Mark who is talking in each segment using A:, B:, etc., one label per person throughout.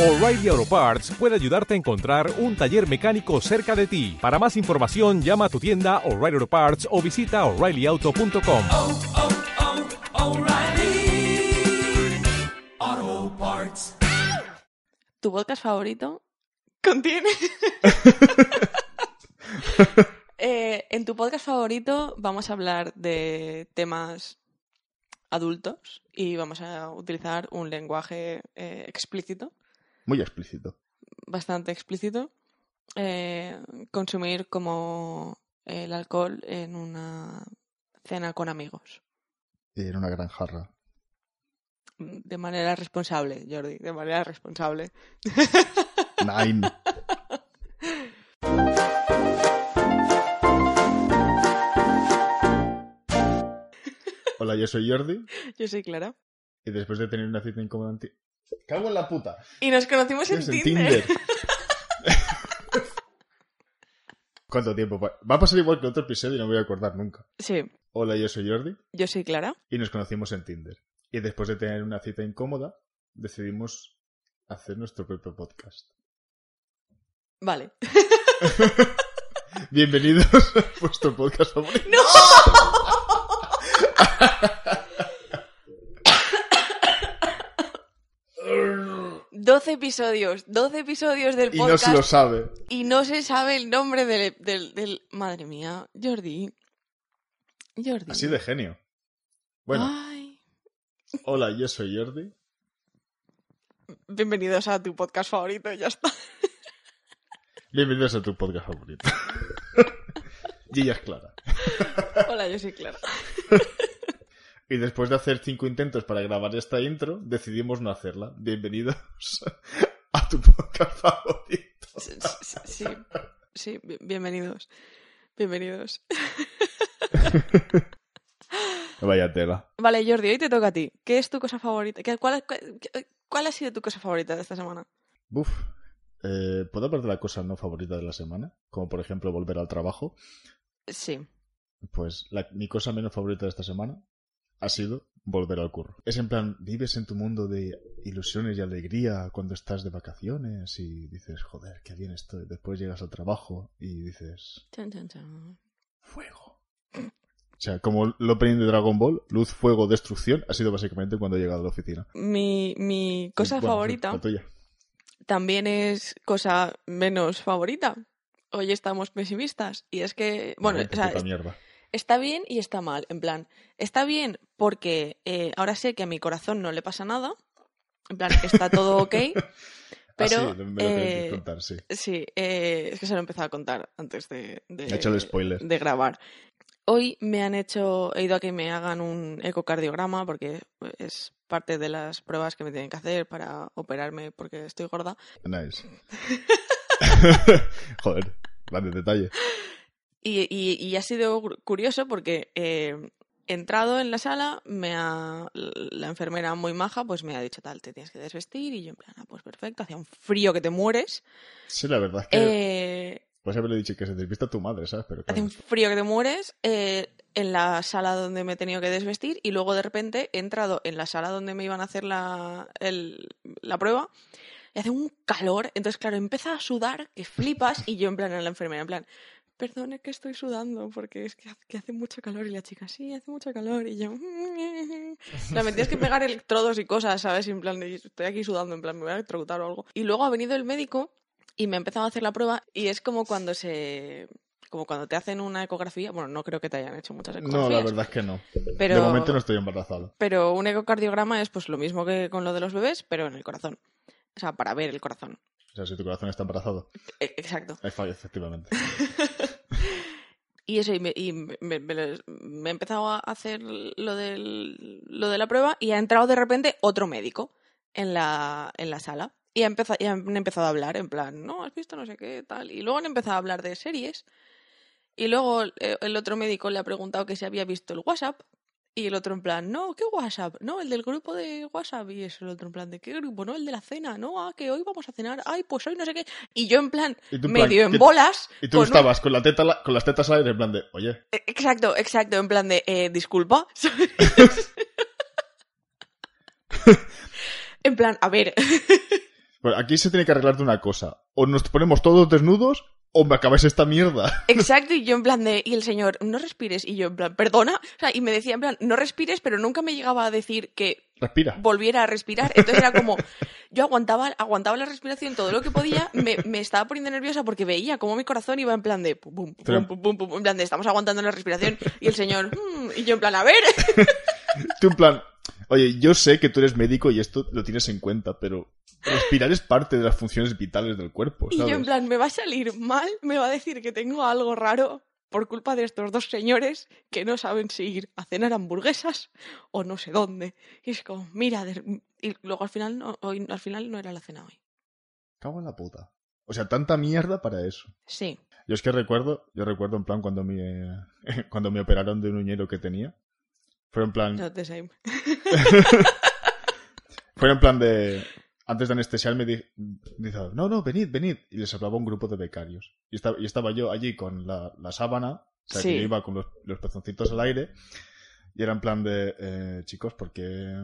A: O'Reilly Auto Parts puede ayudarte a encontrar un taller mecánico cerca de ti. Para más información, llama a tu tienda O'Reilly Auto Parts o visita oreillyauto.com.
B: O'Reilly Auto Parts.
C: ¿Tu podcast favorito contiene? Eh, en tu podcast favorito vamos a hablar de temas adultos y vamos a utilizar un lenguaje eh, explícito,
D: Muy explícito.
C: bastante explícito. Eh, consumir como el alcohol en una cena con amigos.
D: Y en una gran jarra.
C: De manera responsable, Jordi, de manera responsable.
D: Nine. Hola, yo soy Jordi.
C: Yo soy Clara.
D: Y después de tener una cita incómoda en ti... ¡Cago en la puta!
C: Y nos conocimos en,
D: Es en
C: Tinder.
D: Tinder. ¿Cuánto tiempo? pa- Va a pasar igual que otro episodio y no me voy a acordar nunca.
C: Sí,
D: Hola, yo soy Jordi.
C: yo soy Clara.
D: y nos conocimos en Tinder. Y después de tener una cita incómoda, decidimos hacer nuestro propio podcast.
C: Vale.
D: Bienvenidos a vuestro podcast favorito. ¡No!
C: 12 episodios, 12 episodios del
D: y no
C: podcast
D: se lo sabe.
C: y no se sabe el nombre del... del- del- Madre mía, Jordi. Jordi.
D: Así de genio.
C: Ah.
D: Bueno,
C: Ay.
D: hola, yo soy Jordi.
C: Bienvenidos a tu podcast favorito, ya está.
D: Bienvenidos a tu podcast favorito. y ella es Clara.
C: Hola, yo soy Clara.
D: Y después de hacer cinco intentos para grabar esta intro, decidimos no hacerla. Bienvenidos a tu podcast favorito.
C: Sí, sí, sí, sí, bi- bienvenidos. Bienvenidos.
D: Vaya tela.
C: Vale, Jordi, hoy te toca a ti. ¿Qué es tu cosa favorita? ¿Qué- ¿Cuál, cuál, cuál ha sido tu cosa favorita de esta semana?
D: Buf. Eh, ¿Puedo hablar de la cosa no favorita de la semana? Como por ejemplo volver al trabajo.
C: Sí.
D: Pues la- mi cosa menos favorita de esta semana ha sido volver al curro. Es en plan, vives en tu mundo de ilusiones y alegría cuando estás de vacaciones y dices, joder, qué bien estoy. Después llegas al trabajo y dices,
C: Chan, chan, chan.
D: Fuego. O sea, como lo opening de Dragon Ball, luz, fuego, destrucción, ha sido básicamente cuando he llegado a la oficina.
C: Mi, mi cosa
D: Bueno, pues
C: favorita...
D: La tuya.
C: también es cosa menos favorita. Hoy estamos pesimistas. Y es que, bueno,
D: Ay,
C: o sea,
D: puta
C: es-
D: mierda. Ah,
C: está bien y está mal. En plan, está bien porque eh, ahora sé que a mi corazón no le pasa nada. En plan, está todo ok. Pero.
D: ah, sí, me lo tenéis que
C: eh,
D: contar, sí.
C: sí, eh, es que se lo he empezado a contar antes de. de-
D: He hecho el spoiler.
C: de grabar. Hoy me han hecho, he ido a que me hagan un ecocardiograma porque es parte de las pruebas que me tienen que hacer para operarme porque estoy gorda.
D: Nice. Joder, grande detalle.
C: Y, y- y ha sido gru- curioso porque eh, he entrado en la sala, me ha- la enfermera muy maja pues me ha dicho tal, te tienes que desvestir y yo en plan, ah, pues perfecto, hacía un frío que te mueres.
D: Sí, la verdad es que
C: Eh,
D: pues haberle dicho que se despista tu madre, ¿sabes? Pero
C: hace
D: claro,
C: un frío que te mueres eh, en la sala donde me he tenido que desvestir y luego de repente he entrado en la sala donde me iban a hacer la, el- la prueba y hace un calor, entonces claro, empieza a sudar, que flipas y yo en plan a la enfermera, en plan, perdone que estoy sudando porque es que, ha- que hace mucho calor y la chica, sí, hace mucho calor y yo... O sea, me tienes que pegar electrodos y cosas, ¿sabes? En plan, de, estoy aquí sudando, en plan, me voy a electrocutar o algo. Y luego ha venido el médico y me ha empezado a hacer la prueba y es como cuando se... Como cuando te hacen una ecografía, bueno, no creo que te hayan hecho muchas ecografías.
D: no, la verdad es que no.
C: pero,
D: De momento no estoy embarazada.
C: pero un ecocardiograma es pues lo mismo que con lo de los bebés, pero en el corazón. O sea, para ver el corazón.
D: O sea, si tu corazón está embarazado,
C: E- Exacto.
D: hay falla, efectivamente.
C: Y eso, y me, y me- me- me lo- me he empezado a hacer lo, del- lo de la prueba y ha entrado de repente otro médico en la, en la sala. Y, ha empezado, y han empezado a hablar en plan, no, has visto no sé qué, tal. Y luego han empezado a hablar de series. Y luego eh, el otro médico le ha preguntado que si había visto el WhatsApp. Y el otro en plan, no, ¿qué WhatsApp? No, el del grupo de WhatsApp. Y es el otro en plan, ¿de qué grupo? No, el de la cena. No, ah, que hoy vamos a cenar. Ay, pues hoy no sé qué. Y yo en plan,
D: Y tú en plan,
C: medio en
D: ¿qué-
C: bolas. pues
D: Y tú
C: con un-
D: estabas con, la teta, la- con las tetas al aire en plan de, oye,
C: eh, Exacto, exacto, en plan de eh, disculpa. ¿sabes? en plan, a ver,
D: Bueno, pues aquí se tiene que arreglar de una cosa. O nos ponemos todos desnudos o me acabáis esta mierda.
C: Exacto, y yo en plan de, y el señor, no respires, y yo en plan, perdona, o sea, y me decía en plan, no respires, pero nunca me llegaba a decir que
D: Respira.
C: volviera a respirar. Entonces era como, yo aguantaba, aguantaba la respiración todo lo que podía, me, me estaba poniendo nerviosa porque veía cómo mi corazón iba en plan de, pum, pum, pum,
D: Pero-
C: pum, pum, pum, en plan de, estamos aguantando la respiración, y el señor, "Mm", y yo en plan, a ver,
D: Tú en plan, oye, yo sé que tú eres médico y esto lo tienes en cuenta, pero respirar es parte de las funciones vitales del cuerpo,
C: y yo en
D: pues, ¿sabes?
C: plan, me va a salir mal, me va a decir que tengo algo raro por culpa de estos dos señores que no saben si ir a cenar hamburguesas o no sé dónde. Y es como, mira, de- y luego al final no, hoy, al final no era la cena hoy.
D: Cago en la puta. O sea, tanta mierda para eso.
C: Sí.
D: Yo es que recuerdo, yo recuerdo en plan cuando me, cuando me operaron de un uñero que tenía. Fue en plan,
C: Not the same.
D: fue en plan de, antes de anestesiarme, di- dice, no, no, venid, venid. Y les hablaba un grupo de becarios. Y estaba, y estaba yo allí con la, la sábana, o sea,
C: Sí.
D: que yo iba con los, los pezoncitos al aire. Y era en plan de, eh, chicos, ¿por qué,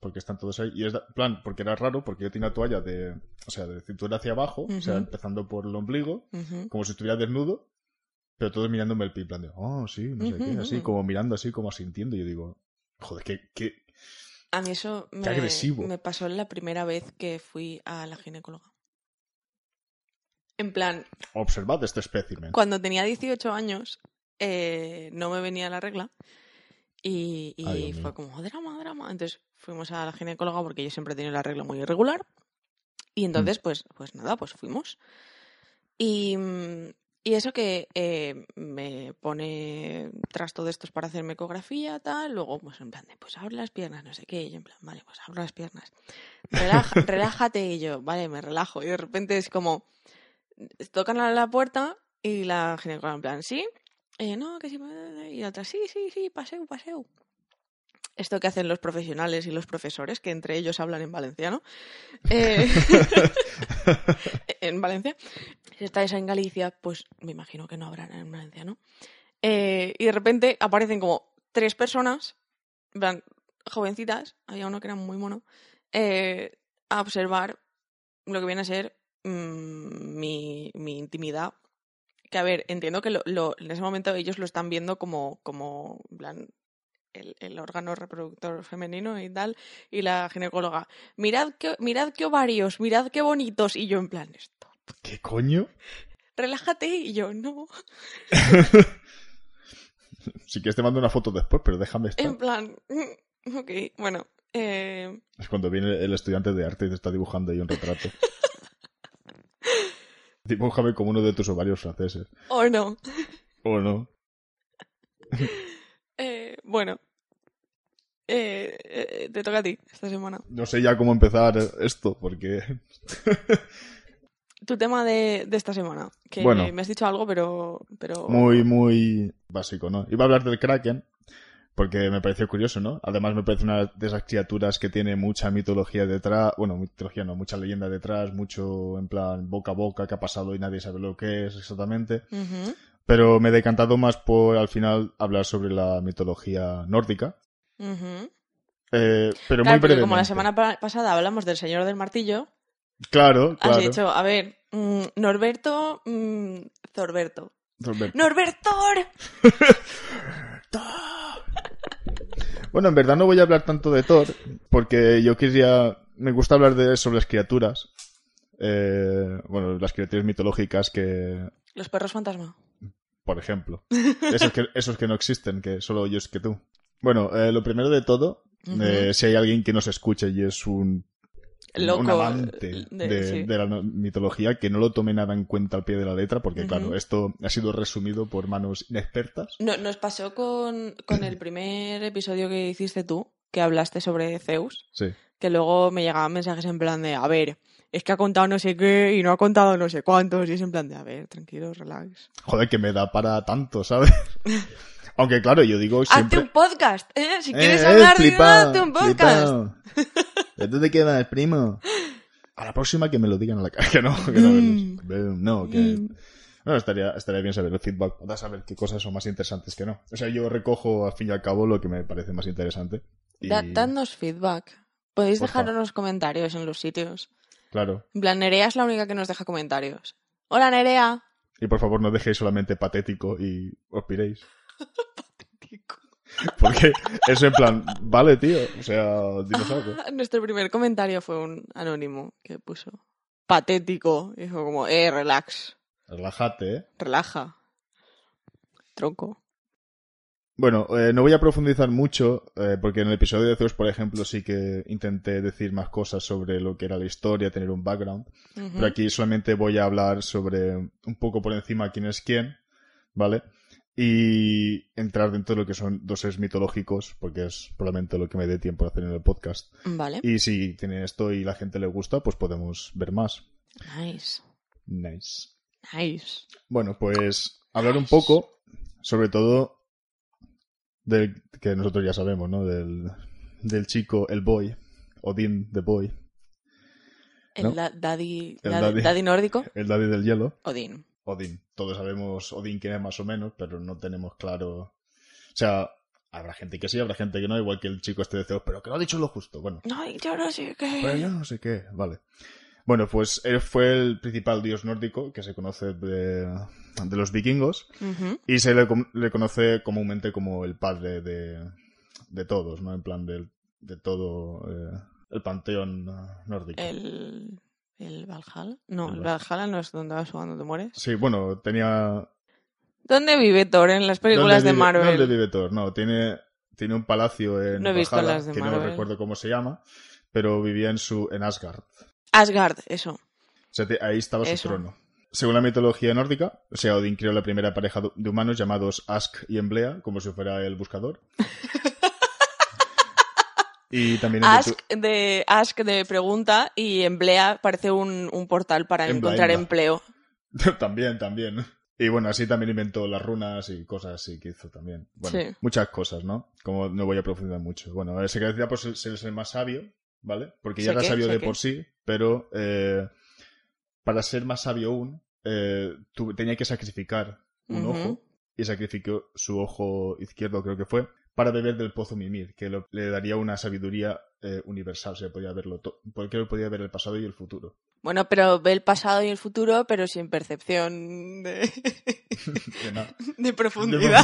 D: por qué están todos ahí? Y es da- en plan, porque era raro, porque yo tenía una toalla de, o sea, de cintura hacia abajo, o sea,
C: Ujú.
D: empezando por el ombligo.
C: Ujú.
D: como si estuviera desnudo, pero todos mirándome el pin, en plan de, oh, sí, no sé qué,
C: Ujú,
D: así,
C: ujú.
D: como mirando así, como asintiendo. Y yo digo, joder, qué, qué,
C: A mí eso me,
D: agresivo.
C: me pasó la primera vez que fui a la ginecóloga. En plan,
D: observad este espécimen.
C: cuando tenía 18 años, eh, no me venía la regla y, y
D: Ay, Dios mío.
C: fue como drama, drama. Entonces fuimos a la ginecóloga porque yo siempre he tenido la regla muy irregular.
D: Mm.
C: Y entonces, pues, pues nada, pues fuimos. Y, mm, y eso que eh, me pone trasto de estos para hacerme ecografía, tal, luego pues en plan de, pues abre las piernas, no sé qué, y yo en plan, vale, pues abro las piernas. Relaja- relájate y yo, vale, me relajo. Y de repente es como, tocan a la puerta y la ginecóloga en plan, sí, Eh, no, que sí, y la otra, sí, sí, sí, paseo, paseo. Esto que hacen los profesionales y los profesores, que entre ellos hablan en valenciano. Eh, en Valencia. Si estáis en Galicia, pues me imagino que no habrán en Valencia, ¿no? Eh, y de repente aparecen como tres personas, en plan, jovencitas, había uno que era muy mono, eh, a observar lo que viene a ser mm, mi, mi intimidad. Que a ver, entiendo que lo, lo- en ese momento ellos lo están viendo como, como en plan, el, el órgano reproductor femenino y tal, y la ginecóloga, mirad qué, mirad qué ovarios, mirad qué bonitos, y yo en plan, esto,
D: ¿Qué coño?
C: relájate, y yo no,
D: Si quieres te mando una foto después, pero déjame estar.
C: en plan, mm, ok, bueno, eh,
D: Es cuando viene el estudiante de arte y te está dibujando ahí un retrato. Dibújame como uno de tus ovarios franceses.
C: o no,
D: ¿O no?
C: Eh, bueno, Eh, eh, te toca a ti esta semana.
D: No sé ya cómo empezar esto, porque...
C: Tu tema de, de esta semana, que
D: Bueno.
C: me has dicho algo, pero... pero...
D: muy, muy básico, ¿no? Iba a hablar del Kraken, porque me pareció curioso, ¿no? Además, me parece una de esas criaturas que tiene mucha mitología detrás, bueno, mitología no, mucha leyenda detrás, mucho en plan boca a boca que ha pasado y nadie sabe lo que es exactamente.
C: Ujú,
D: Pero me he decantado más por al final hablar sobre la mitología nórdica.
C: ujú.
D: Eh, pero
C: Claro,
D: muy
C: porque
D: brevemente.
C: como la semana pa- pasada hablamos del Señor del Martillo,
D: Claro,
C: has
D: claro.
C: dicho, a ver, mm, Norberto, mm, Zorberto.
D: Roberto.
C: ¡Norbertor!
D: Bueno, en verdad no voy a hablar tanto de Thor, porque yo quería. Me gusta hablar de sobre las criaturas. Eh, bueno, las criaturas mitológicas que.
C: Los perros fantasma.
D: Por ejemplo. Esos que, esos que no existen, que solo yo es que tú. Bueno, eh, lo primero de todo,
C: Ujú.
D: eh, si hay alguien que nos escuche y es un.
C: Loco, eh,
D: un amante de,
C: de- sí.
D: de la no- mitología, que no lo tome nada en cuenta al pie de la letra, porque
C: Ujú.
D: claro, esto ha sido resumido por manos inexpertas.
C: No- nos pasó con, con el primer episodio que hiciste tú, que hablaste sobre Zeus,
D: Sí.
C: que luego me llegaban mensajes en plan de, a ver, es que ha contado no sé qué y no ha contado no sé cuántos, y es en plan de, a ver, tranquilo, relax.
D: Joder, que me da para tanto, ¿sabes? Aunque claro, yo digo Pues siempre...
C: ¡Hazte un podcast! ¿eh? Si
D: Eh,
C: quieres
D: eh,
C: hablar de
D: flipao,
C: nada, hazte un podcast.
D: flipao. ¿De dónde quedas, primo? A la próxima que me lo digan a la cara. Que no, que no.
C: Mm.
D: que no, No, que...
C: Mm.
D: No, estaría, estaría bien saber el feedback. Para saber qué cosas son más interesantes que no. O sea, yo recojo al fin y al cabo lo que me parece más interesante. Y,
C: Da- dadnos feedback. Podéis
D: Por
C: dejar
D: favor.
C: unos comentarios en los sitios.
D: Claro.
C: En plan, Nerea es la única que nos deja comentarios. Hola, Nerea.
D: Y por favor, no dejéis solamente patético y os piréis. Porque eso en plan, vale, tío. O sea, dinos algo.
C: Nuestro primer comentario fue un anónimo que puso patético. Dijo como, eh, relax,
D: Relájate, ¿eh?
C: relaja. Tronco.
D: Bueno, eh, no voy a profundizar mucho, eh, porque en el episodio de Zeus, por ejemplo, sí que intenté decir más cosas sobre lo que era la historia, tener un background.
C: Ujú.
D: Pero aquí solamente voy a hablar sobre un poco por encima quién es quién, ¿vale? Y entrar dentro de lo que son dos seres mitológicos, porque es probablemente lo que me dé tiempo a hacer en el podcast.
C: Vale.
D: Y si tiene esto y la gente le gusta, pues podemos ver más.
C: Nice.
D: Nice.
C: Nice.
D: Bueno, pues hablar un poco, sobre todo, del que nosotros ya sabemos, ¿no? Del, del chico, el boy, Odín the boy,
C: El
D: ¿No?
C: da- daddy,
D: El
C: daddy-
D: daddy.
C: daddy nórdico,
D: el daddy del hielo.
C: Odín.
D: Odín. Todos sabemos Odín quién es más o menos, pero no tenemos claro. O sea, habrá gente que sí, habrá gente que no, igual que el chico este de Zeus, pero que no ha dicho lo justo. Bueno,
C: No, yo no sé
D: pero
C: qué.
D: yo no sé qué, vale. Bueno, pues él fue el principal dios nórdico que se conoce de, de los vikingos
C: Ujú.
D: y se le, com- le conoce comúnmente como el padre de, de todos, ¿no? En plan del- de, todo eh, el panteón eh, nórdico.
C: El. ¿El Valhalla? No,
D: El
C: el
D: Valhalla.
C: Valhalla no es donde vas cuando te mueres.
D: Sí, bueno, tenía
C: ¿Dónde vive Thor en las películas
D: ¿Dónde
C: de
D: vive-
C: Marvel?
D: ¿Dónde vive Thor? No, tiene, tiene un palacio en
C: No he visto
D: Valhalla,
C: las de
D: que no
C: Marvel.
D: recuerdo cómo se llama, pero vivía en su en Asgard. O
C: Asgard, eso.
D: sea, te- ahí estaba su
C: Eso.
D: trono. Según la mitología nórdica, o sea, Odín creó la primera pareja de- de humanos llamados Ask y Emblea, como si fuera el buscador. y también en
C: Ask
D: virtu-
C: de, ask de pregunta y emplea parece un, un portal para
D: En
C: encontrar
D: Blaenda.
C: empleo.
D: también, también. Y bueno, así también inventó las runas y cosas así que hizo también. Bueno,
C: Sí.
D: muchas cosas, ¿no? Como no voy a profundizar mucho. Bueno, eh, se caracteriza por ser ser el más sabio, ¿vale? Porque ya
C: Sé
D: era
C: que,
D: sabio
C: sé
D: de
C: que.
D: por sí, pero eh, para ser más sabio aún, eh, tu- tenía que sacrificar un
C: Ujú.
D: ojo y sacrificó su ojo izquierdo, creo que fue, para beber del pozo Mimir, que lo- le daría una sabiduría eh, universal, se podía verlo todo, porque podía ver el pasado y el futuro.
C: Bueno, pero ve el pasado y el futuro, pero sin percepción de,
D: De nada.
C: de profundidad.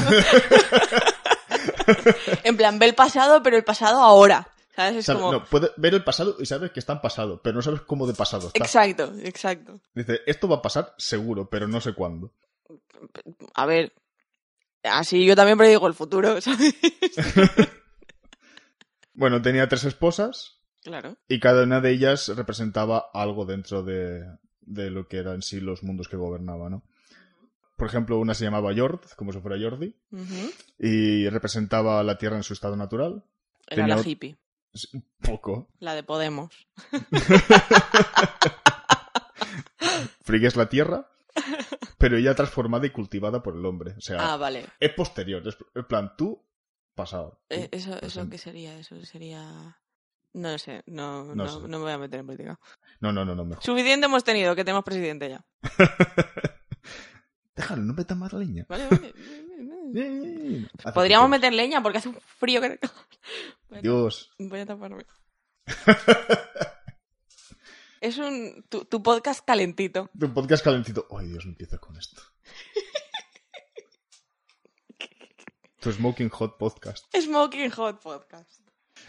C: en plan, ve el pasado, pero el pasado ahora. ¿Sabes? Es
D: Sabe-
C: como.
D: No, puedes ver el pasado y sabes que está en pasado, pero no sabes cómo de pasado está.
C: Exacto, exacto.
D: Dice, esto va a pasar seguro, pero no sé cuándo.
C: A ver. Así yo también predigo el futuro, ¿sabes?
D: Bueno, tenía tres esposas
C: claro.
D: y cada una de ellas representaba algo dentro de, de lo que eran en sí los mundos que gobernaba, ¿no? Por ejemplo, una se llamaba Jord, como si fuera Jordi,
C: Ujú.
D: y representaba la Tierra en su estado natural.
C: Era
D: Tenía
C: la
D: ot-
C: hippie,
D: Es un poco.
C: la de Podemos.
D: Frigg es la Tierra, pero ella transformada y cultivada por el hombre. O sea,
C: Ah, vale.
D: es posterior. Es, en plan, tú, pasado. tú,
C: Eh, Eso, eso
D: presente.
C: qué sería, eso sería. No lo sé, no, no,
D: No sé. Oh.
C: no me voy a meter en política.
D: No, no, no, no, mejor.
C: Suficiente hemos tenido, que tenemos presidente ya.
D: Déjalo, no metas más leña.
C: Vale, vale.
D: Hace
C: Podríamos
D: frío.
C: meter leña porque hace un frío que. Voy a-
D: Dios.
C: Voy a taparme. es un tu, tu podcast calentito.
D: Un podcast calentito. Ay, Dios, no empiezo con esto. Tu Smoking Hot Podcast.
C: Smoking Hot Podcast.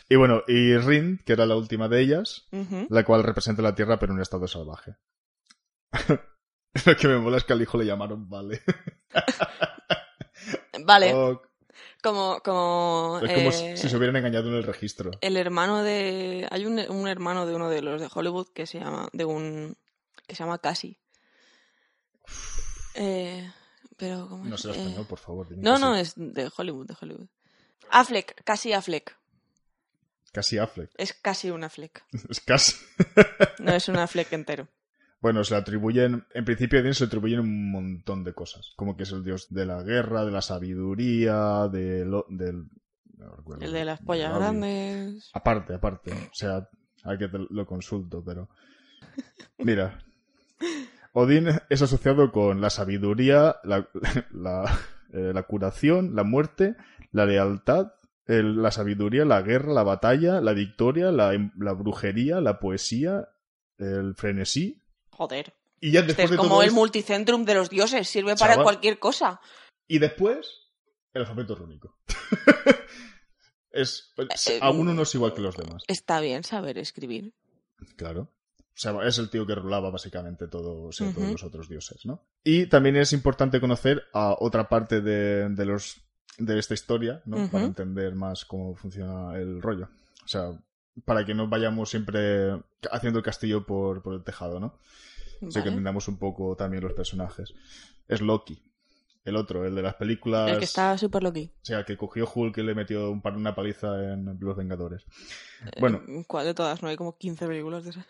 D: Y bueno, y Rin, que era la última de ellas,
C: Ujú.
D: la cual representa la Tierra pero en un estado salvaje. Lo que me mola es que al hijo le llamaron Vale.
C: Vale,
D: Oh,
C: como. como,
D: es como
C: eh,
D: si se hubieran engañado en el registro.
C: el hermano de hay un, un hermano de uno de los de Hollywood que se llama de un que se llama Cassie Eh, pero cómo
D: No
C: es?
D: será
C: Eh,
D: español, por favor. dime
C: no
D: que
C: no
D: sí.
C: es de Hollywood de Hollywood Affleck Cassie Affleck
D: Casi Affleck.
C: es casi un Affleck
D: Es casi.
C: no es un Affleck entero
D: Bueno, se le atribuyen, en principio a Odín se le atribuyen un montón de cosas, como que es el dios de la guerra, de la sabiduría, de lo- del... no recuerdo.
C: el de las pollas
D: Del audio.
C: grandes
D: Aparte, aparte, o sea, hay que te lo consulto, pero... Mira, Odín es asociado con la sabiduría, la, la- eh, la curación, la muerte, la lealtad, el- em, la sabiduría, la guerra, la batalla, la victoria, la, la brujería, la poesía, el frenesí.
C: Joder.
D: Y ya
C: Este
D: después
C: es
D: de
C: como
D: todo
C: el
D: esto-
C: multicentrum de los dioses, sirve para
D: Chaval.
C: cualquier cosa.
D: Y después, el alfabeto rúnico. es,
C: Eh,
D: a uno no es igual que los demás.
C: Está bien saber escribir.
D: Claro. O sea, es el tío que rulaba básicamente todo, o sea, todos
C: Ujú.
D: los otros dioses, ¿no? Y también es importante conocer a otra parte de, de los de esta historia, ¿no?
C: Ujú.
D: Para entender más cómo funciona el rollo. O sea, para que no vayamos siempre haciendo el castillo por, por el tejado, ¿no? Así que
C: Vale.
D: entendamos un poco también los personajes. Es Loki. El otro, el de las películas.
C: El que está súper loqui.
D: O sea, el que cogió Hulk y le metió un par- una paliza en Los Vengadores. Bueno,
C: Eh, ¿Cuál de todas? No hay como 15 películas de esas.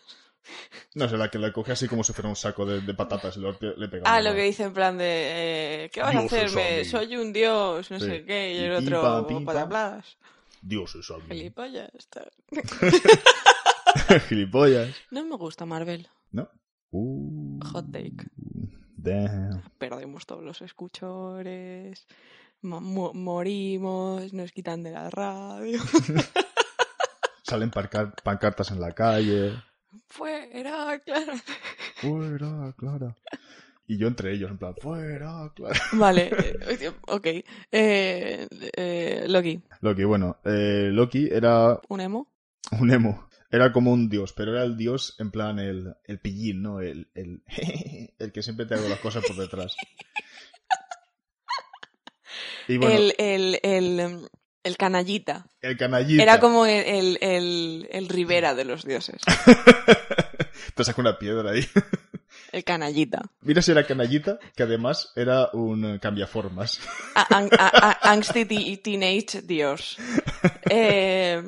D: no sé, la que la cogió así como si fuera un saco de, de patatas y lo- le pegó.
C: Ah, lo que dice en plan de. eh, ¿Qué vas a
D: Dioses
C: hacerme?
D: zombies.
C: Soy un dios, no
D: Sí.
C: sé qué. Y el
D: Y
C: otro.
D: pipa, pipa.
C: Pataplas.
D: Dios es alguien.
C: Gilipollas. tal.
D: Gilipollas.
C: No me gusta Marvel.
D: ¿No? Uh,
C: Hot take.
D: damn.
C: Perdemos todos los escuchores. mo- mo- morimos. Nos quitan de la radio.
D: Salen parca- pancartas en la calle.
C: Fuera, claro.
D: Fuera, Clara. Y yo entre ellos, en plan, fuera, Clara.
C: Vale. eh, Ok. Eh, eh, Loki,
D: Loki, bueno, eh, Loki era
C: ¿un emo?
D: un emo. Era como un dios, pero era el dios en plan el, el pillín, ¿no? El, el, el que siempre te hago las cosas por detrás. Y bueno, el,
C: El, el, el, el canallita.
D: canallita.
C: Era como el, el, el- el Rivera de los dioses.
D: te saco una piedra ahí.
C: El canallita.
D: Mira si era canallita, que además era un eh, cambiaformas.
C: A- an- a- a- Angsty ti- Teenage Dios. Eh,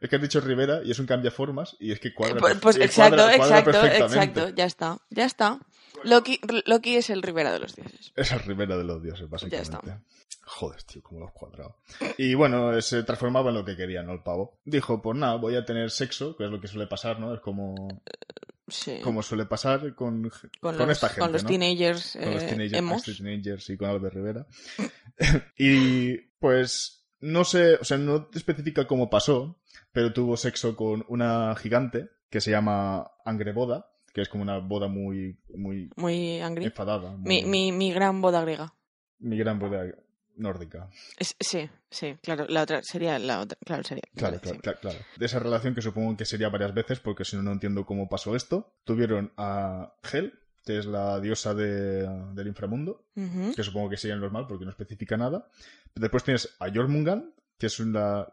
D: Es que has dicho Rivera y es un cambiaformas y es que cuadra.
C: pues
D: perfe-
C: pues
D: eh,
C: exacto,
D: cuadra- cuadra
C: exacto,
D: perfectamente.
C: exacto. Ya está, ya está. Loki, Loki es el Rivera de los dioses.
D: Esa es Rivera de los dioses,
C: Ya
D: básicamente.
C: está.
D: Joder, tío, cómo lo has cuadrado. Y bueno, se transformaba en lo que quería, ¿no? El pavo. Dijo, pues nada, voy a tener sexo, que es lo que suele pasar, ¿no? Es como,
C: Sí.
D: como suele pasar con,
C: con,
D: con
C: los,
D: esta gente,
C: con los
D: ¿no?
C: teenagers,
D: con los
C: eh,
D: teenagers,
C: emos.
D: Backstreet teenagers y con Albert Rivera. y pues no sé, o sea, no te especifica cómo pasó, pero tuvo sexo con una gigante que se llama Angreboda, que es como una boda muy, muy
C: Muy angry.
D: enfadada.
C: Mi,
D: muy-
C: mi, mi gran boda griega.
D: mi gran boda nórdica.
C: Es- sí, sí, claro. La otra sería la otra. Claro, sería.
D: Claro,
C: vale,
D: claro,
C: sí.
D: claro, claro. De esa relación que supongo que sería varias veces, porque si no, no entiendo cómo pasó esto. Tuvieron a Hel, que es la diosa de- del inframundo,
C: Ujú.
D: que supongo que sería normal porque no especifica nada. Después tienes a Jormungand, que es una,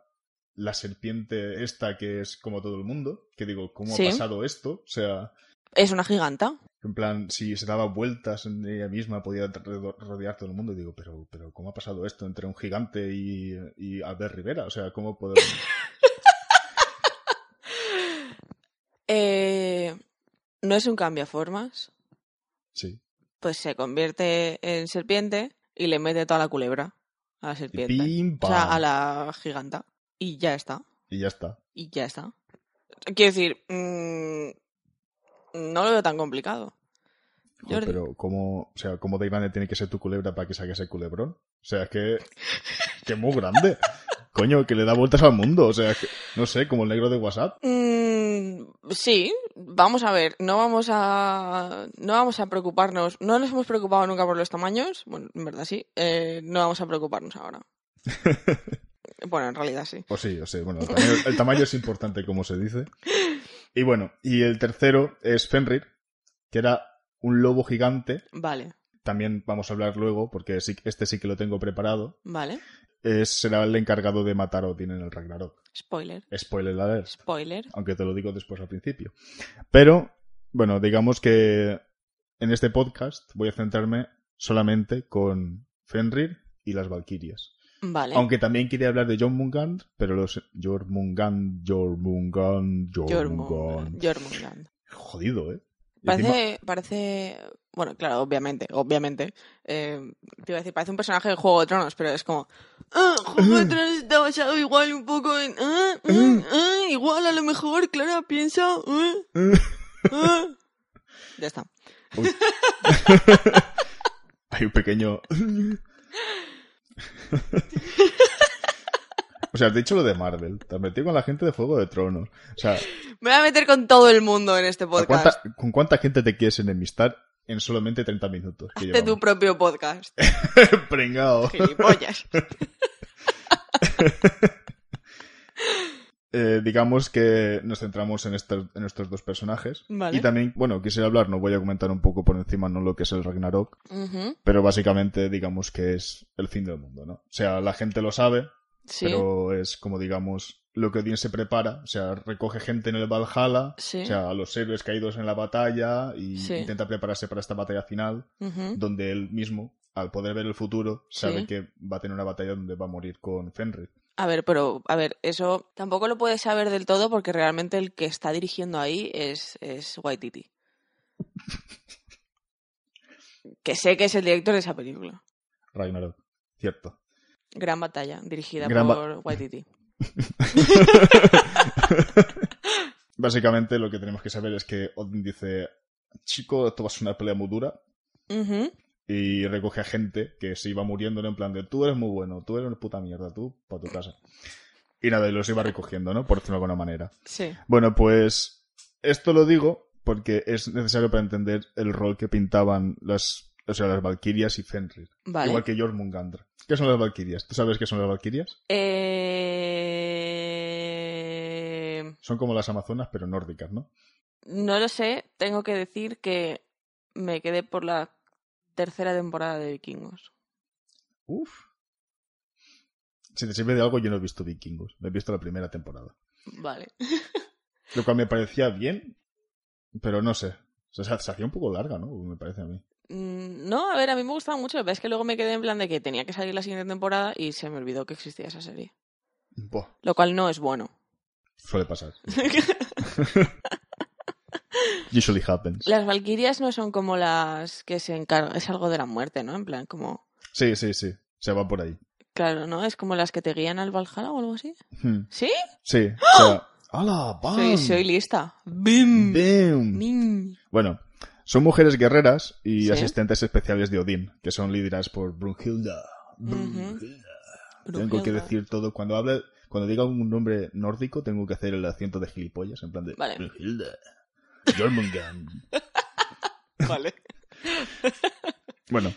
D: la serpiente esta que es como todo el mundo, que digo, ¿cómo
C: Sí.
D: ha pasado esto? O sea,
C: Es una giganta.
D: en plan, si se daba vueltas en ella misma, podía redo- rodear todo el mundo. Y digo, pero, pero ¿cómo ha pasado esto entre un gigante y, y Albert Rivera? O sea, ¿cómo puedo...?
C: Eh, no es un cambiaformas.
D: Sí.
C: Pues se convierte en serpiente y le mete toda la culebra a la serpiente.
D: Pim,
C: O sea,
D: pam.
C: a la giganta. Y ya está.
D: Y ya está.
C: Y ya está. Quiero decir, mm, no lo veo tan complicado.
D: Joder,
C: Jordi.
D: pero ¿cómo, o sea, ¿cómo de grande tiene que ser tu culebra para que saque ese culebrón? O sea, es que, que muy grande. Coño, que le da vueltas al mundo. O sea, que, no sé, como el negro de WhatsApp.
C: Mm, sí, vamos a ver, no vamos a no vamos a preocuparnos, no nos hemos preocupado nunca por los tamaños, bueno, en verdad sí, eh, no vamos a preocuparnos ahora. bueno, en realidad sí.
D: O sí, o sí, bueno, el tamaño, el tamaño es importante, como se dice. Y bueno, y el tercero es Fenrir, que era un lobo gigante.
C: Vale,
D: También vamos a hablar luego, porque sí, este sí que lo tengo preparado.
C: vale.
D: Es, será el encargado de matar a Odín en el Ragnarok.
C: Spoiler,
D: Spoiler alert.
C: spoiler.
D: aunque te lo digo después al principio. Pero, bueno, digamos que en este podcast voy a centrarme solamente con Fenrir y las Valquirias.
C: Vale.
D: Aunque también quería hablar de John Mungand, pero los Jormungand, Jormungand,
C: Jormungand.
D: Jormungand.
C: Jormungand.
D: Jodido, ¿eh? Y encima-
C: Parece, parece, bueno, claro, obviamente, obviamente. eh, te iba a decir, parece un personaje de Juego de Tronos, pero es como, ah, Juego de Tronos está basado igual un poco en, ah, ah, ah, igual a lo mejor, Clara piensa, ah, ah". ya está.
D: Hay un pequeño. o sea, has dicho lo de Marvel. Te has metido con la gente de Juego de Tronos. O sea,
C: Me voy a meter con todo el mundo en este
D: ¿a
C: podcast.
D: cuánta- ¿con cuánta gente te quieres enemistar en solamente 30 minutos? que
C: Hazte tu
D: llevamos?
C: propio podcast.
D: Pringao.
C: Gilipollas.
D: Eh, digamos que nos centramos en, estos- en estos dos personajes.
C: Vale.
D: Y también, bueno, quisiera hablar, no voy a comentar un poco por encima, no lo que es el Ragnarok,
C: Ujú,
D: pero básicamente digamos que es el fin del mundo, ¿no? O sea, la gente lo sabe,
C: Sí.
D: pero es como digamos lo que Odín se prepara, o sea, recoge gente en el Valhalla,
C: Sí.
D: o sea, a los héroes caídos en la batalla y
C: Sí.
D: intenta prepararse para esta batalla final,
C: ujú,
D: donde él mismo, al poder ver el futuro, sabe
C: Sí.
D: que va a tener una batalla donde va a morir con Fenrir.
C: A ver, pero, a ver, eso tampoco lo puedes saber del todo porque realmente el que está dirigiendo ahí es, es Waititi. que sé que es el director de esa película.
D: Ragnarok, cierto.
C: Gran batalla, dirigida
D: Gran ba-
C: por Waititi.
D: Básicamente lo que tenemos que saber es que Odin dice, chico, esto va a ser una pelea muy dura.
C: Ujú,
D: Y recoge a gente que se iba muriendo en plan de, tú eres muy bueno, tú eres una puta mierda, tú, para tu casa. Y nada, y los iba recogiendo, ¿no? Por decirlo de alguna manera.
C: Sí.
D: Bueno, pues esto lo digo porque es necesario para entender el rol que pintaban las, o sea, las Valkyrias y Fenrir.
C: Vale.
D: Igual que Jormungandr. ¿Qué son las Valkyrias? ¿Tú sabes qué son las Valkyrias?
C: Eh,
D: Son como las Amazonas, pero nórdicas, ¿no?
C: No lo sé, tengo que decir que me quedé por la tercera temporada de Vikingos.
D: Uf. Si te sirve de algo, yo no he visto Vikingos. No he visto la primera temporada.
C: Vale.
D: Lo cual me parecía bien, pero no sé. O sea, se hacía un poco larga, ¿no? Me parece a mí.
C: Mm, No, a ver, a mí me gustaba mucho. Lo que pasa es que luego me quedé en plan de que tenía que salir la siguiente temporada y se me olvidó que existía esa serie.
D: Buah,
C: Lo cual no es bueno.
D: suele pasar. Usually happens.
C: las Valquirias no son como las que se encargan. Es algo de la muerte, ¿no? En plan, como.
D: Sí, sí, sí. Se va por ahí.
C: Claro, ¿no? Es como las que te guían al Valhalla o algo así.
D: Hmm.
C: ¿Sí?
D: Sí. O sea, ¡Hala! ¡Bam!
C: Soy, soy lista. ¡Bim!
D: Bam.
C: ¡Nin!
D: Bueno, son mujeres guerreras y
C: Sí.
D: asistentes especiales de Odín, que son lideradas por Brunhilda. Brunhilda. Tengo que
C: Brunhilda.
D: decir todo. Cuando hable, cuando diga un nombre nórdico, tengo que hacer el acento de gilipollas, en plan de
C: Vale.
D: Brunhilda. Jormungand.
C: Vale.
D: Bueno,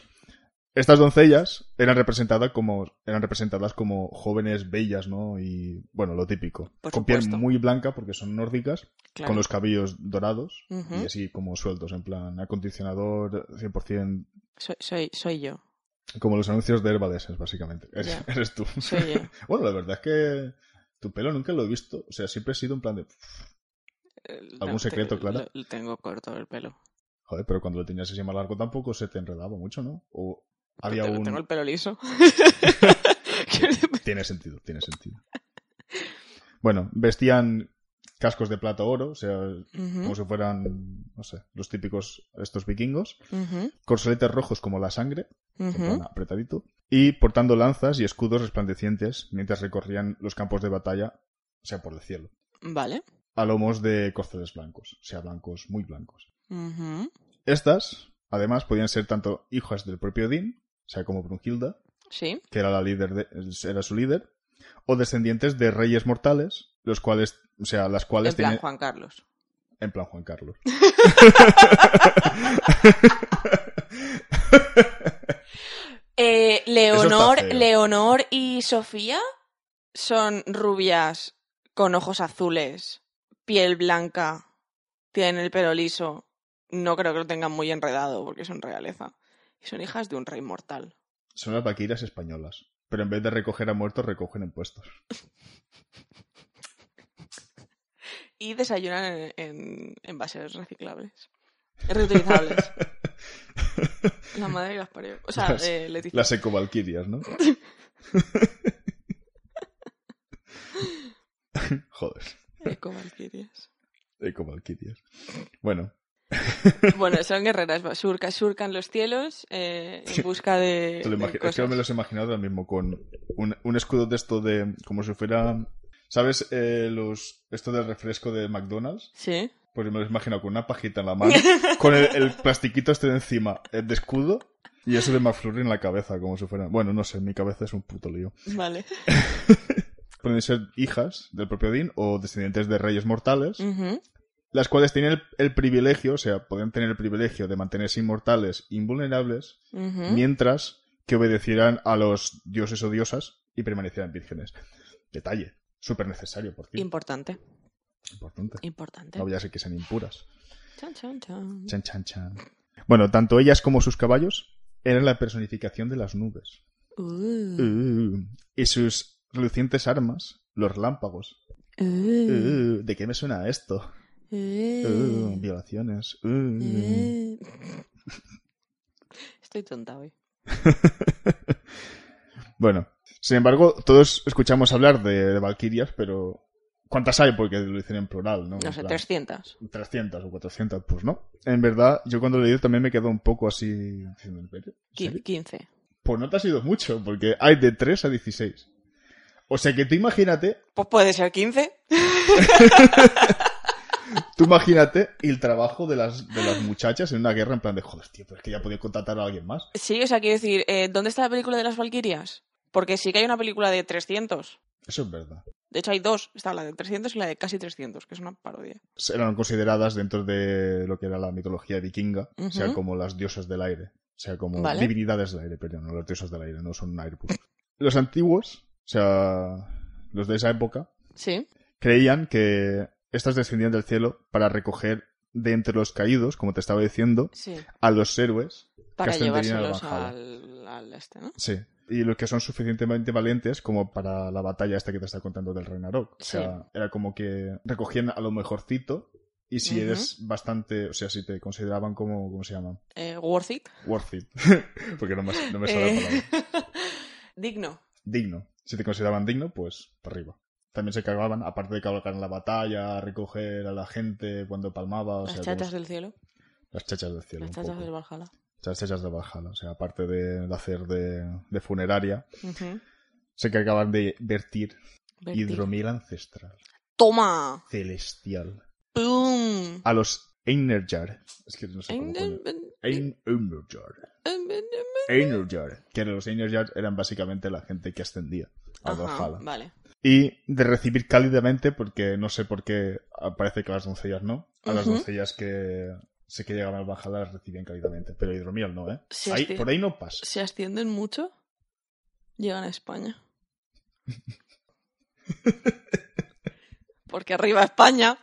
D: estas doncellas eran representadas como eran representadas como jóvenes bellas, ¿no? Y bueno, lo típico.
C: Por
D: con
C: supuesto.
D: piel muy blanca porque son nórdicas,
C: Claro.
D: con los cabellos dorados
C: Ujú.
D: y así como sueltos, en plan acondicionador 100%
C: Soy, soy, soy yo.
D: como los anuncios de Herbadesens, básicamente. Eres,
C: Ya.
D: eres tú.
C: Soy yo.
D: bueno, la verdad es que tu pelo nunca lo he visto, o sea, siempre he sido en plan de
C: El-
D: ¿Algún
C: Eh, no,
D: secreto,
C: te-
D: Clara?
C: lo- lo tengo corto el pelo.
D: joder, pero cuando lo tenías así más largo tampoco se te enredaba mucho, ¿no? O había
C: Tengo-
D: un
C: Tengo el pelo liso.
D: Tiene sentido, tiene sentido. Bueno, vestían cascos de plata oro, o sea, como
C: Ujú,
D: si fueran, no sé, los típicos estos vikingos.
C: ujú,
D: Corseletes rojos como la sangre, en
C: ujú.
D: plan apretadito. Y portando lanzas y escudos resplandecientes mientras recorrían los campos de batalla, o sea, por el cielo.
C: Vale.
D: A lomos de corceles blancos, o sea, blancos, muy blancos.
C: Ujú.
D: Estas, además, podían ser tanto hijas del propio Odín, o sea, como Brunhilda,
C: Sí.
D: que era, la líder de- era su líder, o descendientes de reyes mortales, los cuales, o sea, las cuales
C: En plan
D: tienen...
C: Juan Carlos.
D: En plan Juan Carlos.
C: Eh, Leonor,
D: feo.
C: Leonor y Sofía son rubias con ojos azules, piel blanca, tienen el pelo liso. No creo que lo tengan muy enredado porque son realeza. Y son hijas de un rey mortal.
D: Son las vaqueras españolas, pero en vez de recoger a muertos, recogen impuestos.
C: Y desayunan en, en envases reciclables. Reutilizables. La madre que las parió. O sea,
D: Las-
C: eh, Leticia.
D: Las ecovalquirias, ¿no? Joder,
C: Eco Valquirias.
D: ecovalquirias. Bueno,
C: Bueno, son guerreras, va, surca- surcan los cielos eh, en busca de,
D: te lo
C: de
D: imagi- es
C: cosas.
D: que me los he imaginado ahora mismo con un, un escudo de esto de... como si fuera... ¿Sabes eh, los esto del refresco de McDonald's?
C: Sí.
D: Pues me lo imagino con una pajita en la mano, con el, el plastiquito este de encima, el de escudo, y eso de McFlurry en la cabeza, como si fuera. Bueno, no sé, mi cabeza es un puto lío.
C: Vale.
D: pueden ser hijas del propio Odín o descendientes de reyes mortales,
C: Ujú.
D: las cuales tienen el, el privilegio, o sea, pueden tener el privilegio de mantenerse inmortales, invulnerables,
C: Ujú.
D: mientras que obedecieran a los dioses o diosas y permanecieran vírgenes. Detalle, súper necesario, por ti.
C: Importante,
D: Importante.
C: importante.
D: No vaya a ser que sean impuras.
C: Chan, chan, chan.
D: Chan, chan, chan. Bueno, tanto ellas como sus caballos eran la personificación de las nubes.
C: Uh,
D: Uh, y sus relucientes armas, los lámpagos.
C: uh,
D: Uh, ¿De qué me suena esto? Uh,
C: uh,
D: violaciones.
C: uh.
D: Uh.
C: Estoy tonta hoy.
D: Bueno, sin embargo, todos escuchamos hablar de, de Valkyrias, pero ¿cuántas hay? Porque lo dicen en plural, ¿no?
C: No
D: En
C: sé,
D: plan,
C: 300.
D: 300 o 400, pues no. En verdad, yo cuando lo leí también me quedo un poco así... diciendo, ¿en serio?
C: Qui- 15.
D: Pues no te ha sido mucho, porque hay de 3 a 16. O sea que tú imagínate,
C: Pues puede ser 15.
D: tú imagínate el trabajo de las, de las muchachas en una guerra en plan de, joder, tío, pero es que ya podía contratar a alguien más.
C: Sí, o sea, quiero decir, eh, ¿dónde está la película de las Valquirias? Porque sí que hay una película de 300.
D: Eso es verdad.
C: De hecho, hay dos. Está la de 300 y la de casi 300, que es una parodia.
D: Eran consideradas dentro de lo que era la mitología vikinga, o sea,
C: Ujú.
D: como las diosas del aire. O sea, como
C: Vale.
D: divinidades del aire, perdón, no las diosas del aire, no son un Airbus. Los antiguos, o sea, los de esa época,
C: Sí.
D: creían que estas descendían del cielo para recoger de entre los caídos, como te estaba diciendo,
C: Sí.
D: a los héroes
C: Para
D: ascenderían al
C: llevárselos
D: Valhalla.
C: al, al este, ¿no?
D: Sí. Y los que son suficientemente valientes como para la batalla esta que te está contando del Ragnarok. O sea, era como que recogían a lo mejorcito y si
C: Ujú.
D: eres bastante, o sea, si te consideraban como, ¿cómo se llama?
C: Eh, worth it.
D: Worth it. Porque no me, no me sale la
C: Eh,
D: palabra.
C: digno.
D: Digno. Si te consideraban digno, pues para arriba. También se cargaban, aparte de cabalgar en la batalla, recoger a la gente cuando palmaba, o
C: Las
D: sea,
C: chachas
D: como-
C: del cielo.
D: las chachas del cielo.
C: Las
D: un
C: chachas
D: poco.
C: del Valhalla.
D: Las chachas de Valhalla, o sea, aparte de, de hacer de, de funeraria,
C: Ujú.
D: se cargaban de vertir
C: Vertir.
D: Hidromiel ancestral,
C: ¡Toma!
D: celestial.
C: ¡Pum!
D: A los Einerjar. Es que no sé cómo coño. Ein- Einerjar. Einerjar. Que los Einerjar eran básicamente la gente que ascendía a
C: Ajá,
D: Valhalla.
C: vale.
D: Y de recibir cálidamente, porque no sé por qué ah, parece que a las doncellas no. A las
C: Ujú.
D: doncellas que sí que llegaban al Valhalla las recibían cálidamente. Pero hidromiel no, ¿eh?
C: Sí,
D: Ahí-
C: sí.
D: por ahí no pasa.
C: ¿Se ascienden mucho? Llegan a España. Porque arriba España.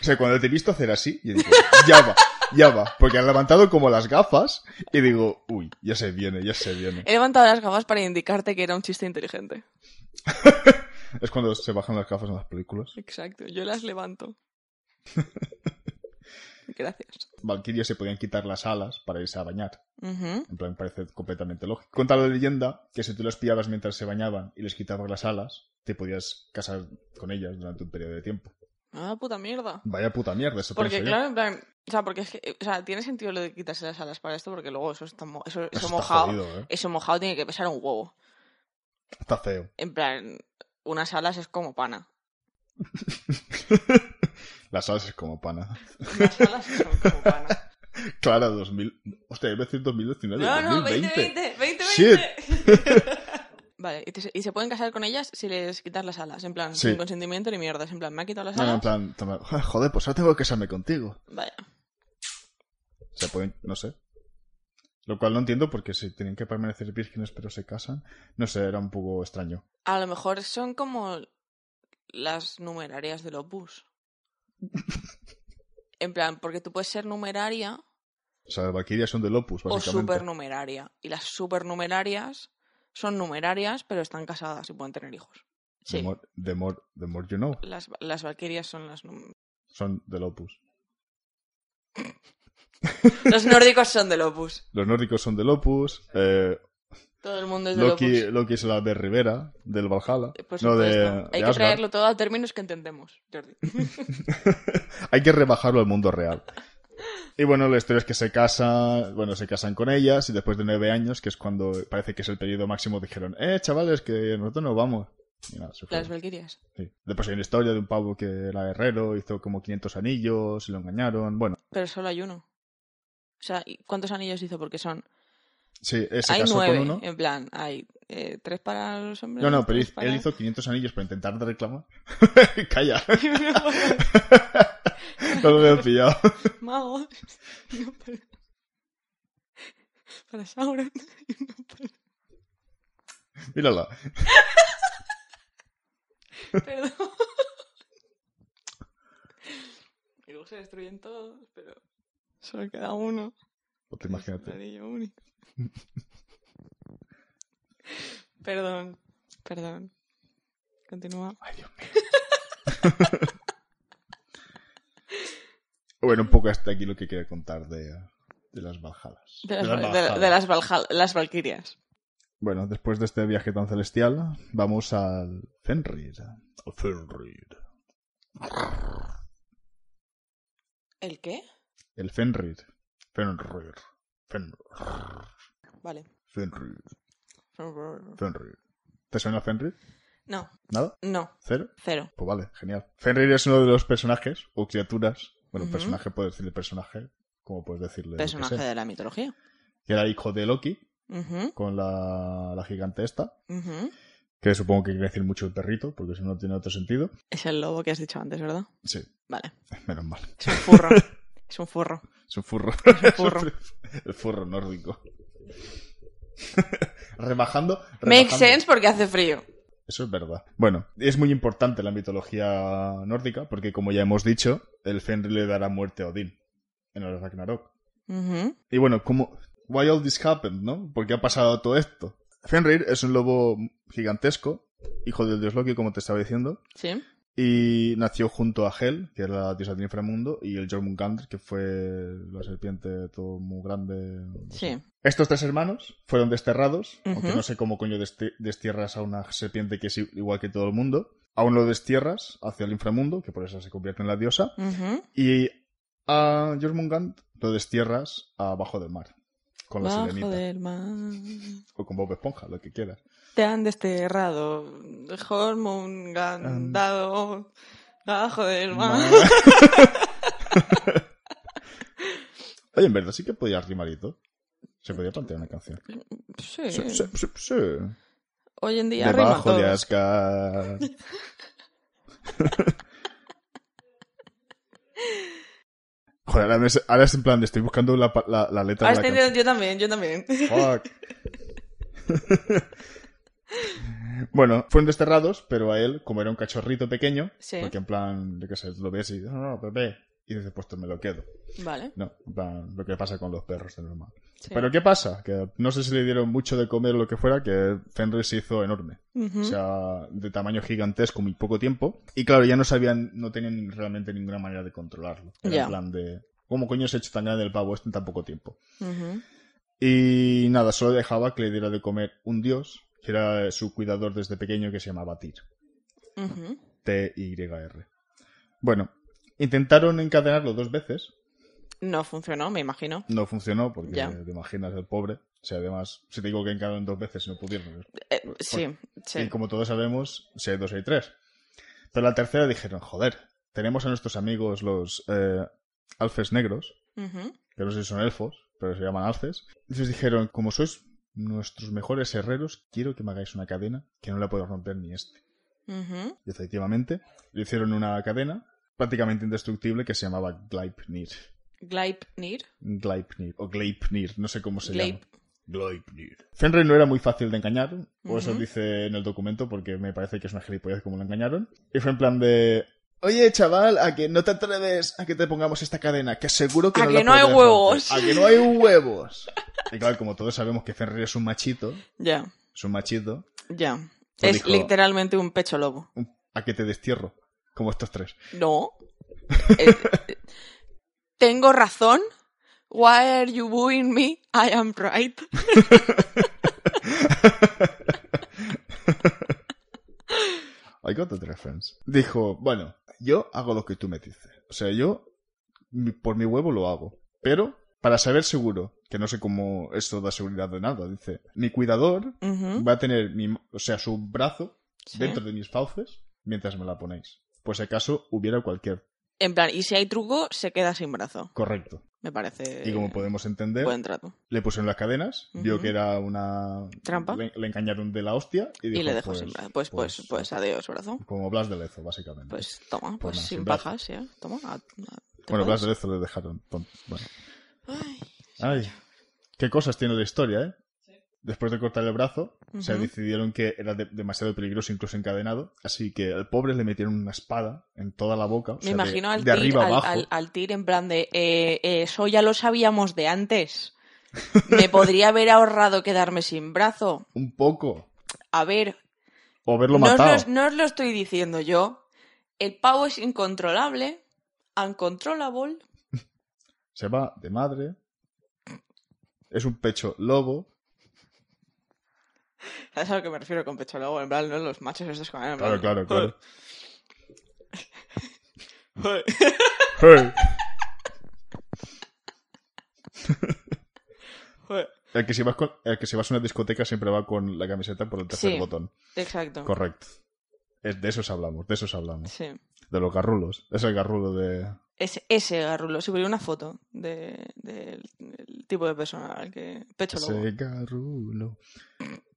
D: O sea, cuando te he visto hacer así, yo digo, ya va, ya va. Porque han levantado como las gafas y digo, uy, ya se viene, ya se viene.
C: He levantado las gafas para indicarte que era un chiste inteligente.
D: Es cuando se bajan las gafas en las películas.
C: Exacto, yo las levanto. Gracias.
D: Valkyria se podían quitar las alas para irse a bañar.
C: Ujú.
D: En plan, parece completamente lógico. Cuenta la leyenda que si tú las pillabas mientras se bañaban y les quitabas las alas, te podías casar con ellas durante un periodo de tiempo.
C: Ah, puta mierda.
D: Vaya puta mierda, eso
C: Porque,
D: pienso yo.
C: claro, en plan. O sea, porque es que- o sea, tiene sentido lo de quitarse las alas para esto, porque luego eso está mo- eso, eso
D: Eso está
C: mojado.
D: jodido, ¿eh?
C: Eso mojado tiene que pesar un huevo.
D: Está feo.
C: En plan, unas alas es como pana.
D: Las alas es como pana.
C: Unas alas son como pana.
D: Clara, 2000... Hostia, iba a decir 2019,
C: No, no,
D: 2020.
C: 2020, 2020. Vale, y, te- y se pueden casar con ellas si les quitas las alas, en plan,
D: Sí.
C: sin consentimiento ni mierdas, en plan, me ha quitado las
D: No, no, en
C: alas.
D: plan, toma, joder, pues ahora tengo que casarme contigo.
C: Vaya.
D: Se pueden, no sé. Lo cual no entiendo porque si tienen que permanecer vírgenes pero se casan, no sé, era un poco extraño.
C: A lo mejor son como las numerarias del Opus. En plan, porque tú puedes ser numeraria
D: O sea, las Valkyrias son del Opus,
C: o
D: básicamente.
C: supernumeraria. Y las supernumerarias son numerarias, pero están casadas y pueden tener hijos.
D: The,
C: Sí.
D: more, the more- the more you know.
C: Las, las valquirias son las. num-
D: Son del Opus.
C: Los nórdicos son del Opus.
D: Los nórdicos son del Opus. eh,
C: Todo el mundo es del Opus. Eh,
D: Loki, Loki es la de Rivera, del Valhalla.
C: Por
D: no, de,
C: supuesto. Hay
D: de
C: que
D: Asgard.
C: traerlo todo a términos que entendemos, Jordi.
D: Hay que rebajarlo al mundo real. Y bueno, la historia es que se casa, bueno, se casan con ellas y después de nueve años, que es cuando parece que es el periodo máximo, dijeron, eh, chavales, que nosotros no vamos. Y nada, se
C: Las
D: fueron.
C: valquirias.
D: Sí. Después hay una historia de un pavo que era guerrero, hizo como 500 anillos, y lo engañaron. Bueno,
C: Pero solo hay uno. O sea, ¿y ¿cuántos anillos hizo? Porque son.
D: sí, eh, se
C: hay
D: casó
C: nueve.
D: con uno.
C: En plan, hay eh, tres para los hombres.
D: No, no, pero
C: tres
D: hiz-
C: para-
D: él hizo 500 anillos para intentar dar reclamo. Calla. no lo veo pillado.
C: Magos. y uno para... para Sauron. y uno para-
D: Mírala.
C: Perdón. Y luego se destruyen todos, pero solo queda uno.
D: Pues te imagínate.
C: Anillo único. perdón, perdón. Continúa.
D: Ay, Dios mío. bueno, un poco hasta aquí lo que quería contar de, de las Valhalas.
C: De las,
D: De las
C: de-
D: Valhalas.
C: de las Valhal- las Valquirias.
D: Bueno, después de este viaje tan celestial, vamos al Fenrir. Al Fenrir.
C: ¿El qué?
D: El Fenrir. Fenrir. Fenrir.
C: Vale.
D: Fenrir. Fenrir. ¿Te suena Fenrir?
C: No,
D: ¿Nada?
C: no,
D: ¿Cero?
C: cero.
D: Pues vale, genial. Fenrir es uno de los personajes o criaturas. Bueno,
C: Ujú.
D: personaje, puedes decirle personaje, como puedes decirle. lo que
C: Personaje
D: sea.
C: de la mitología.
D: Que era hijo de Loki,
C: Ujú,
D: con la, la gigante esta,
C: ujú.
D: que supongo que quiere decir mucho el perrito, porque si no, no tiene otro sentido.
C: Es el lobo que has dicho antes, ¿verdad?
D: Sí,
C: Vale.
D: menos mal.
C: Es un furro. es un furro.
D: Es
C: un
D: un furro.
C: furro.
D: el furro nórdico. rebajando,
C: Make
D: rebajando.
C: sense porque hace frío.
D: Eso es verdad. Bueno, es muy importante la mitología nórdica, porque como ya hemos dicho, el Fenrir le dará muerte a Odín en el Ragnarok.
C: Ujú,
D: Y bueno, como... Why all this happened, ¿no? ¿Por qué ha pasado todo esto? Fenrir es un lobo gigantesco, hijo del dios Loki, como te estaba diciendo,
C: Sí.
D: y nació junto a Hel, que era la diosa del inframundo, y el Jormungandr, que fue la serpiente todo muy grande.
C: Sí.
D: Estos tres hermanos fueron desterrados,
C: Ujú.
D: aunque no sé cómo coño desti- destierras a una serpiente que es i- igual que todo el mundo. Aún lo destierras hacia el inframundo, que por eso se convierte en la diosa,
C: Ujú.
D: y a Jormungand lo destierras abajo del mar, con la
C: Bajo
D: sirenita,
C: del mar.
D: o con Bob Esponja, lo que quieras.
C: Te han desterrado. Hormungandado. Bajo del mar.
D: Oye, en verdad sí que podía rimar y todo. Se podía plantear una canción.
C: Sí.
D: Sí, sí, sí, sí.
C: Hoy en día rima
D: Debajo
C: todo.
D: de Asgard. Joder, ahora, me- ahora es en plan, estoy buscando la, pa- la- la letra
C: Ahora
D: de
C: estoy
D: la canción.
C: entendiendo- Ah, este yo también, yo también.
D: Fuck. bueno, fueron desterrados, pero a él, como era un cachorrito pequeño,
C: Sí.
D: porque en plan, yo qué sé, lo ves y no, no, bebé, y dices, pues te me lo quedo.
C: Vale.
D: No, en plan, lo que pasa con los perros de normal.
C: sí.
D: Pero ¿qué pasa? Que no sé si le dieron mucho de comer o lo que fuera, que Fenrir se hizo enorme.
C: Ujú.
D: O sea, de tamaño gigantesco, muy poco tiempo. Y claro, ya no sabían, no tenían realmente ninguna manera de controlarlo. Era
C: Ya.
D: en plan de, ¿cómo coño se ha hecho tan grande el pavo este en tan poco tiempo?
C: Ujú.
D: Y nada, solo dejaba que le diera de comer un dios, que era su cuidador desde pequeño, que se llamaba Tyr.
C: Ujú.
D: T-Y-R. Bueno, intentaron encadenarlo dos veces.
C: No funcionó, me imagino.
D: No funcionó, porque
C: Ya.
D: te imaginas el pobre. O sea, además, si te digo que encadenaron dos veces, no pudieron.
C: Eh, sí,
D: Y
C: sí.
D: como todos sabemos, si hay dos, hay tres. Pero la tercera dijeron, joder, tenemos a nuestros amigos los eh, alfes negros,
C: Ujú.
D: que no sé si son elfos, pero se llaman alfes. Y les dijeron, como sois nuestros mejores herreros, quiero que me hagáis una cadena que no la pueda romper ni este.
C: Ujú.
D: Y efectivamente, le hicieron una cadena prácticamente indestructible que se llamaba Gleipnir.
C: Gleipnir.
D: Gleipnir, o Gleipnir, no sé cómo Pues se
C: Gleip.
D: llama. Fenrir no era muy fácil de engañar, o eso
C: Ujú.
D: dice en el documento, porque me parece que es una gilipollez como lo engañaron. Y fue en plan de... Oye, chaval, a que no te atreves a que te pongamos esta cadena, que seguro que
C: A
D: no
C: que
D: la
C: no hay
D: podrás romper.
C: huevos".
D: A que no hay huevos. Y claro, como todos sabemos que Fenrir es un machito,
C: Ya,
D: es un machito,
C: ya.
D: Pues
C: es
D: dijo-
C: literalmente un pecho lobo.
D: un- a que te destierro, como estos tres.
C: No. Eh, eh, Tengo razón. Why are you booing me? I am right.
D: I got that reference. Dijo, bueno, yo hago lo que tú me dices. O sea, yo mi- por mi huevo lo hago. Pero, para saber seguro, que no sé cómo esto da seguridad de nada, dice, mi cuidador
C: Ujú,
D: va a tener mi, o sea, su brazo
C: ¿Mm? sí.
D: dentro de mis fauces mientras me la ponéis. Pues si acaso hubiera cualquier
C: En plan, y si hay truco, se queda sin brazo.
D: Correcto.
C: Me parece
D: Y como podemos entender,
C: buen trato.
D: le pusieron las cadenas,
C: Eh,
D: vio
C: Ujú.
D: que era una...
C: Trampa.
D: Le, le engañaron de la hostia y dijo,
C: y le dejó
D: pues,
C: sin brazo. Pues, pues, pues, adiós, brazo.
D: Como Blas de Lezo, básicamente.
C: Pues toma,
D: Pues
C: pues
D: nada,
C: sin
D: sin brazo.
C: pajas, ya. Toma. a- a- te
D: bueno,
C: puedes.
D: Blas de Lezo le dejaron... ton- Bueno.
C: Ay,
D: Ay, qué cosas tiene la historia, ¿eh? Después de cortar el brazo, se
C: Ujú.
D: decidieron que era de- demasiado peligroso, incluso encadenado. Así que al pobre le metieron una espada en toda la boca. o
C: me
D: sea, de-
C: imagino
D: de,
C: al, tir,
D: arriba
C: al,
D: abajo.
C: al- al tir en plan de eh, eh, eso ya lo sabíamos de antes. Me podría haber ahorrado quedarme sin brazo.
D: Un poco.
C: A ver,
D: O verlo
C: no os,
D: matado.
C: los- no os lo estoy diciendo yo. El pavo es incontrolable, uncontrollable.
D: Se va de madre. Es un pecho lobo.
C: ¿Sabes a lo que me refiero con pecho lobo? En plan, no los machos estos con en
D: Ah, Claro,
C: plan,
D: claro, claro.
C: "Joder".
D: Hey.
C: Joder.
D: El que, si vas con- el que si vas a una discoteca siempre va con la camiseta por el tercer
C: Sí.
D: botón.
C: Exacto.
D: Correcto. Es, de esos hablamos, de esos hablamos.
C: Sí.
D: De los garrulos. Es el garrulo de,
C: Ese, ese garrulo. Subiré una foto de- del del tipo de persona al que. Pecho lobo.
D: Ese garrulo.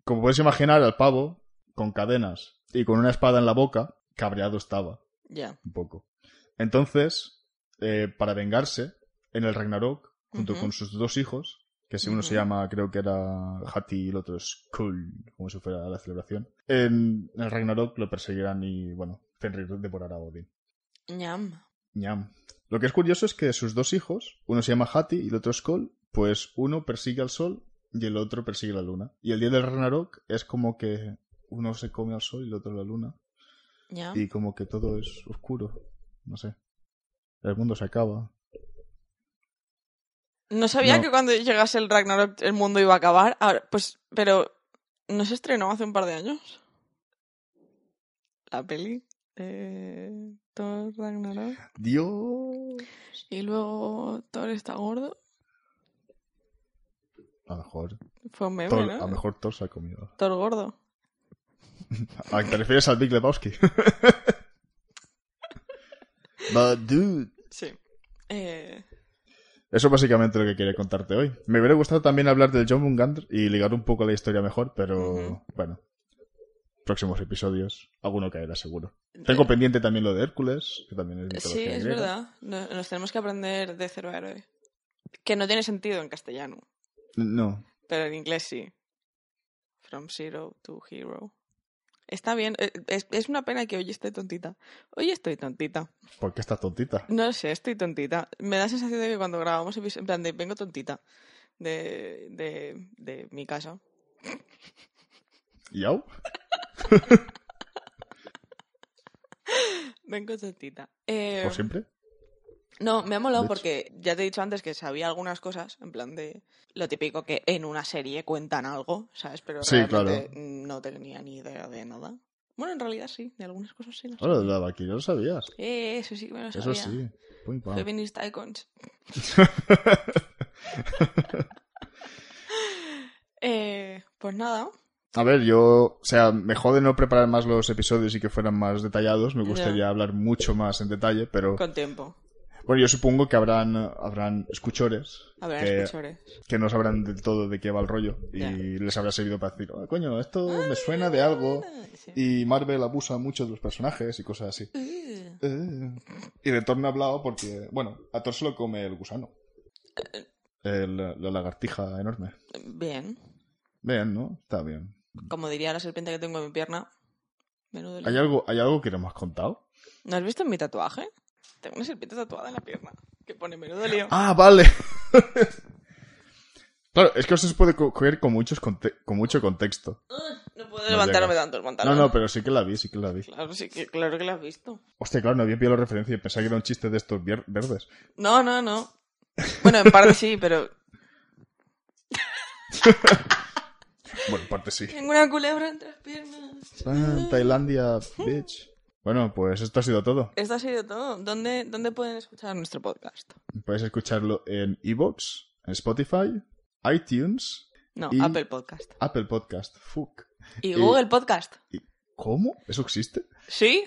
D: Como puedes imaginar, al pavo, con cadenas y con una espada en la boca, cabreado estaba,
C: Ya.
D: un poco. Entonces, eh, para vengarse, en el Ragnarok, junto
C: Ujú.
D: con sus dos hijos, que si uno se
C: Ujú.
D: llama, creo que era Hati y el otro es Kul, como si fuera la celebración, en el Ragnarok lo perseguirán y, bueno, Fenrir devorará a Odin.
C: Ñam.
D: Ñam. Lo que es curioso es que sus dos hijos, uno se llama Hati y el otro es Kol, pues uno persigue al sol y el otro persigue la luna. Y el día del Ragnarok es como que uno se come al sol y el otro la luna.
C: Ñam.
D: Y como que todo es oscuro. No sé. El mundo se acaba.
C: No sabía
D: No.
C: que cuando llegase el Ragnarok el mundo iba a acabar. Ahora, pues, pero. ¿No se estrenó hace un par de años? La peli. de Thor Ragnarok.
D: Dios.
C: Y luego Thor está gordo.
D: A lo mejor.
C: Fue un meme,
D: Thor-
C: ¿no?
D: a lo mejor Thor se ha comido.
C: Thor gordo.
D: ¿A qué te refieres al Big Lebowski? But dude.
C: Sí. Eh,
D: Eso básicamente lo que quería contarte hoy. Me hubiera gustado también hablar del John Mungandr y ligar un poco la historia mejor, pero
C: Ujú.
D: bueno. Próximos episodios, alguno caerá seguro. Tengo pendiente también lo de Hércules, que también es
C: eh, Sí,
D: mitología
C: es
D: griega.
C: verdad. No- Nos tenemos que aprender de cero a héroe. Que no tiene sentido en castellano,
D: No,
C: pero en inglés sí. From zero to hero. Está bien. eh, Es, es una pena que hoy esté tontita. Hoy estoy tontita.
D: ¿por qué estás tontita?
C: No sé, estoy tontita. Me da la sensación de que cuando grabamos episodios, en plan de vengo tontita de, de, de mi casa.
D: ¿Yau?
C: Vengo tontita. Eh,
D: ¿Por siempre?
C: No, me ha
D: Pues De
C: molado
D: hecho.
C: porque ya te he dicho antes que sabía algunas cosas, en plan de lo típico que en una serie cuentan algo, ¿sabes? Pero
D: Sí,
C: realmente no tenía ni idea de nada. Bueno, en realidad sí, de algunas cosas sí. las
D: Ahora de
C: sabía.
D: la vaquilla lo sabías.
C: Eh, eso sí que me lo
D: Eso
C: sabía.
D: sí. Pum, pam.
C: Feminist icons. Eh, pues nada,
D: A ver, yo, o sea, me jode no preparar más los episodios y que fueran más detallados. Me
C: Ya.
D: gustaría hablar mucho más en detalle, pero
C: con tiempo.
D: bueno, yo supongo que habrán, habrán escuchores.
C: Habrán
D: que-
C: escuchores.
D: que no sabrán del todo de qué va el rollo y
C: Ya.
D: les habrá servido para decir, "Ah, coño, esto me suena de algo
C: Sí.
D: y Marvel abusa mucho de los personajes y cosas así.
C: Eh,
D: Eh. Y de Thor no he hablado porque, bueno, a Thor se lo come el gusano.
C: Eh,
D: El- la lagartija enorme.
C: Bien.
D: Bien, ¿no? Está bien.
C: Como diría la serpiente que tengo en mi pierna. Menudo lío.
D: ¿Hay algo, ¿hay algo que no me has contado?
C: ¿No has visto mi tatuaje? Tengo una serpiente tatuada en la pierna que pone menudo lío.
D: Ah, vale. claro, es que os puede co- coger con, muchos conte- con mucho contexto.
C: Ugh, No puedo
D: No
C: levantarme
D: llega.
C: tanto el
D: No,
C: pantalón.
D: no, pero sí que la vi, sí que la vi.
C: Claro, sí que, claro que lo has visto.
D: Hostia, claro, no había pillado la referencia y pensaba que era un chiste de estos vier- verdes.
C: No, no, no. Bueno, en parte sí, pero...
D: Bueno, en parte sí.
C: Tengo una culebra entre las piernas.
D: Ah, Tailandia, bitch. Bueno, pues esto ha sido todo.
C: Esto ha sido todo. ¿Dónde, dónde pueden escuchar nuestro podcast?
D: Puedes escucharlo en Evox, en Spotify, iTunes,
C: No,
D: Y-
C: Apple Podcast.
D: Apple Podcast. Fuck.
C: ¿Y
D: y-
C: Google Podcast?
D: ¿Y ¿Cómo? ¿Eso existe?
C: ¿Sí?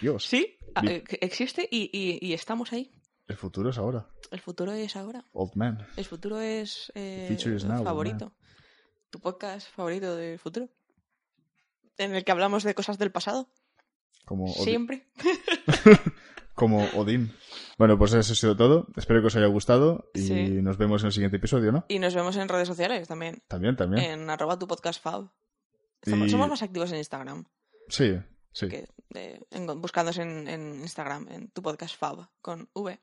D: Dios.
C: ¿Sí? Ah,
D: Vi-
C: eh, que existe y, y- y estamos ahí.
D: El futuro es ahora.
C: El futuro es ahora.
D: Old man.
C: El futuro es eh,
D: future is now,
C: favorito. Tu podcast favorito del futuro. En el que hablamos de cosas del pasado.
D: Como, Odi-
C: Siempre.
D: como Odín. Bueno, pues eso ha sido todo. Espero que os haya gustado y
C: Sí.
D: nos vemos en el siguiente episodio, ¿no?
C: Y nos vemos en redes sociales también.
D: También, también.
C: En arroba tu podcast fab.
D: Y-
C: Somos, somos más activos en Instagram.
D: Sí, sí.
C: que eh, en- buscándonos en, en Instagram, en tu podcast Fab con V.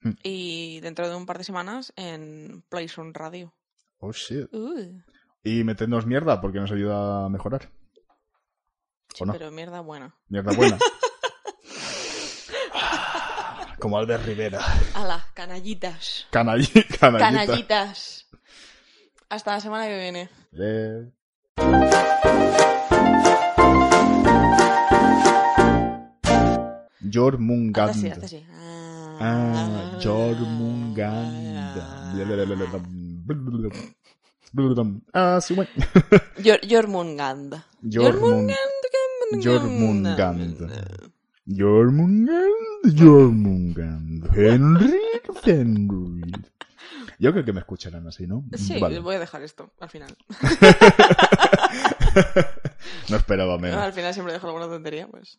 D: Hmm.
C: Y dentro de un par de semanas en PlayStation Radio.
D: Oh, shit.
C: Uh,
D: Y metednos mierda porque nos ayuda a mejorar.
C: sí,
D: no?
C: pero mierda buena.
D: Mierda buena. Ah, como Albert Rivera.
C: Ala, canallitas.
D: Canall canallita.
C: Canallitas. Hasta la semana que viene.
D: Eh. Jormungand.
C: Haz así, haz así.
D: Ah, Jormungand. Ah, sí, bueno.
C: Jor- Jormungand.
D: Jormun-
C: Jormungand.
D: Jormungand. Jormungand. Jormungand. Henry Henry. Yo creo que me escucharán así, ¿no?
C: Sí,
D: Vale.
C: voy a dejar esto al final.
D: No esperaba menos.
C: Al final siempre dejo alguna tontería, pues.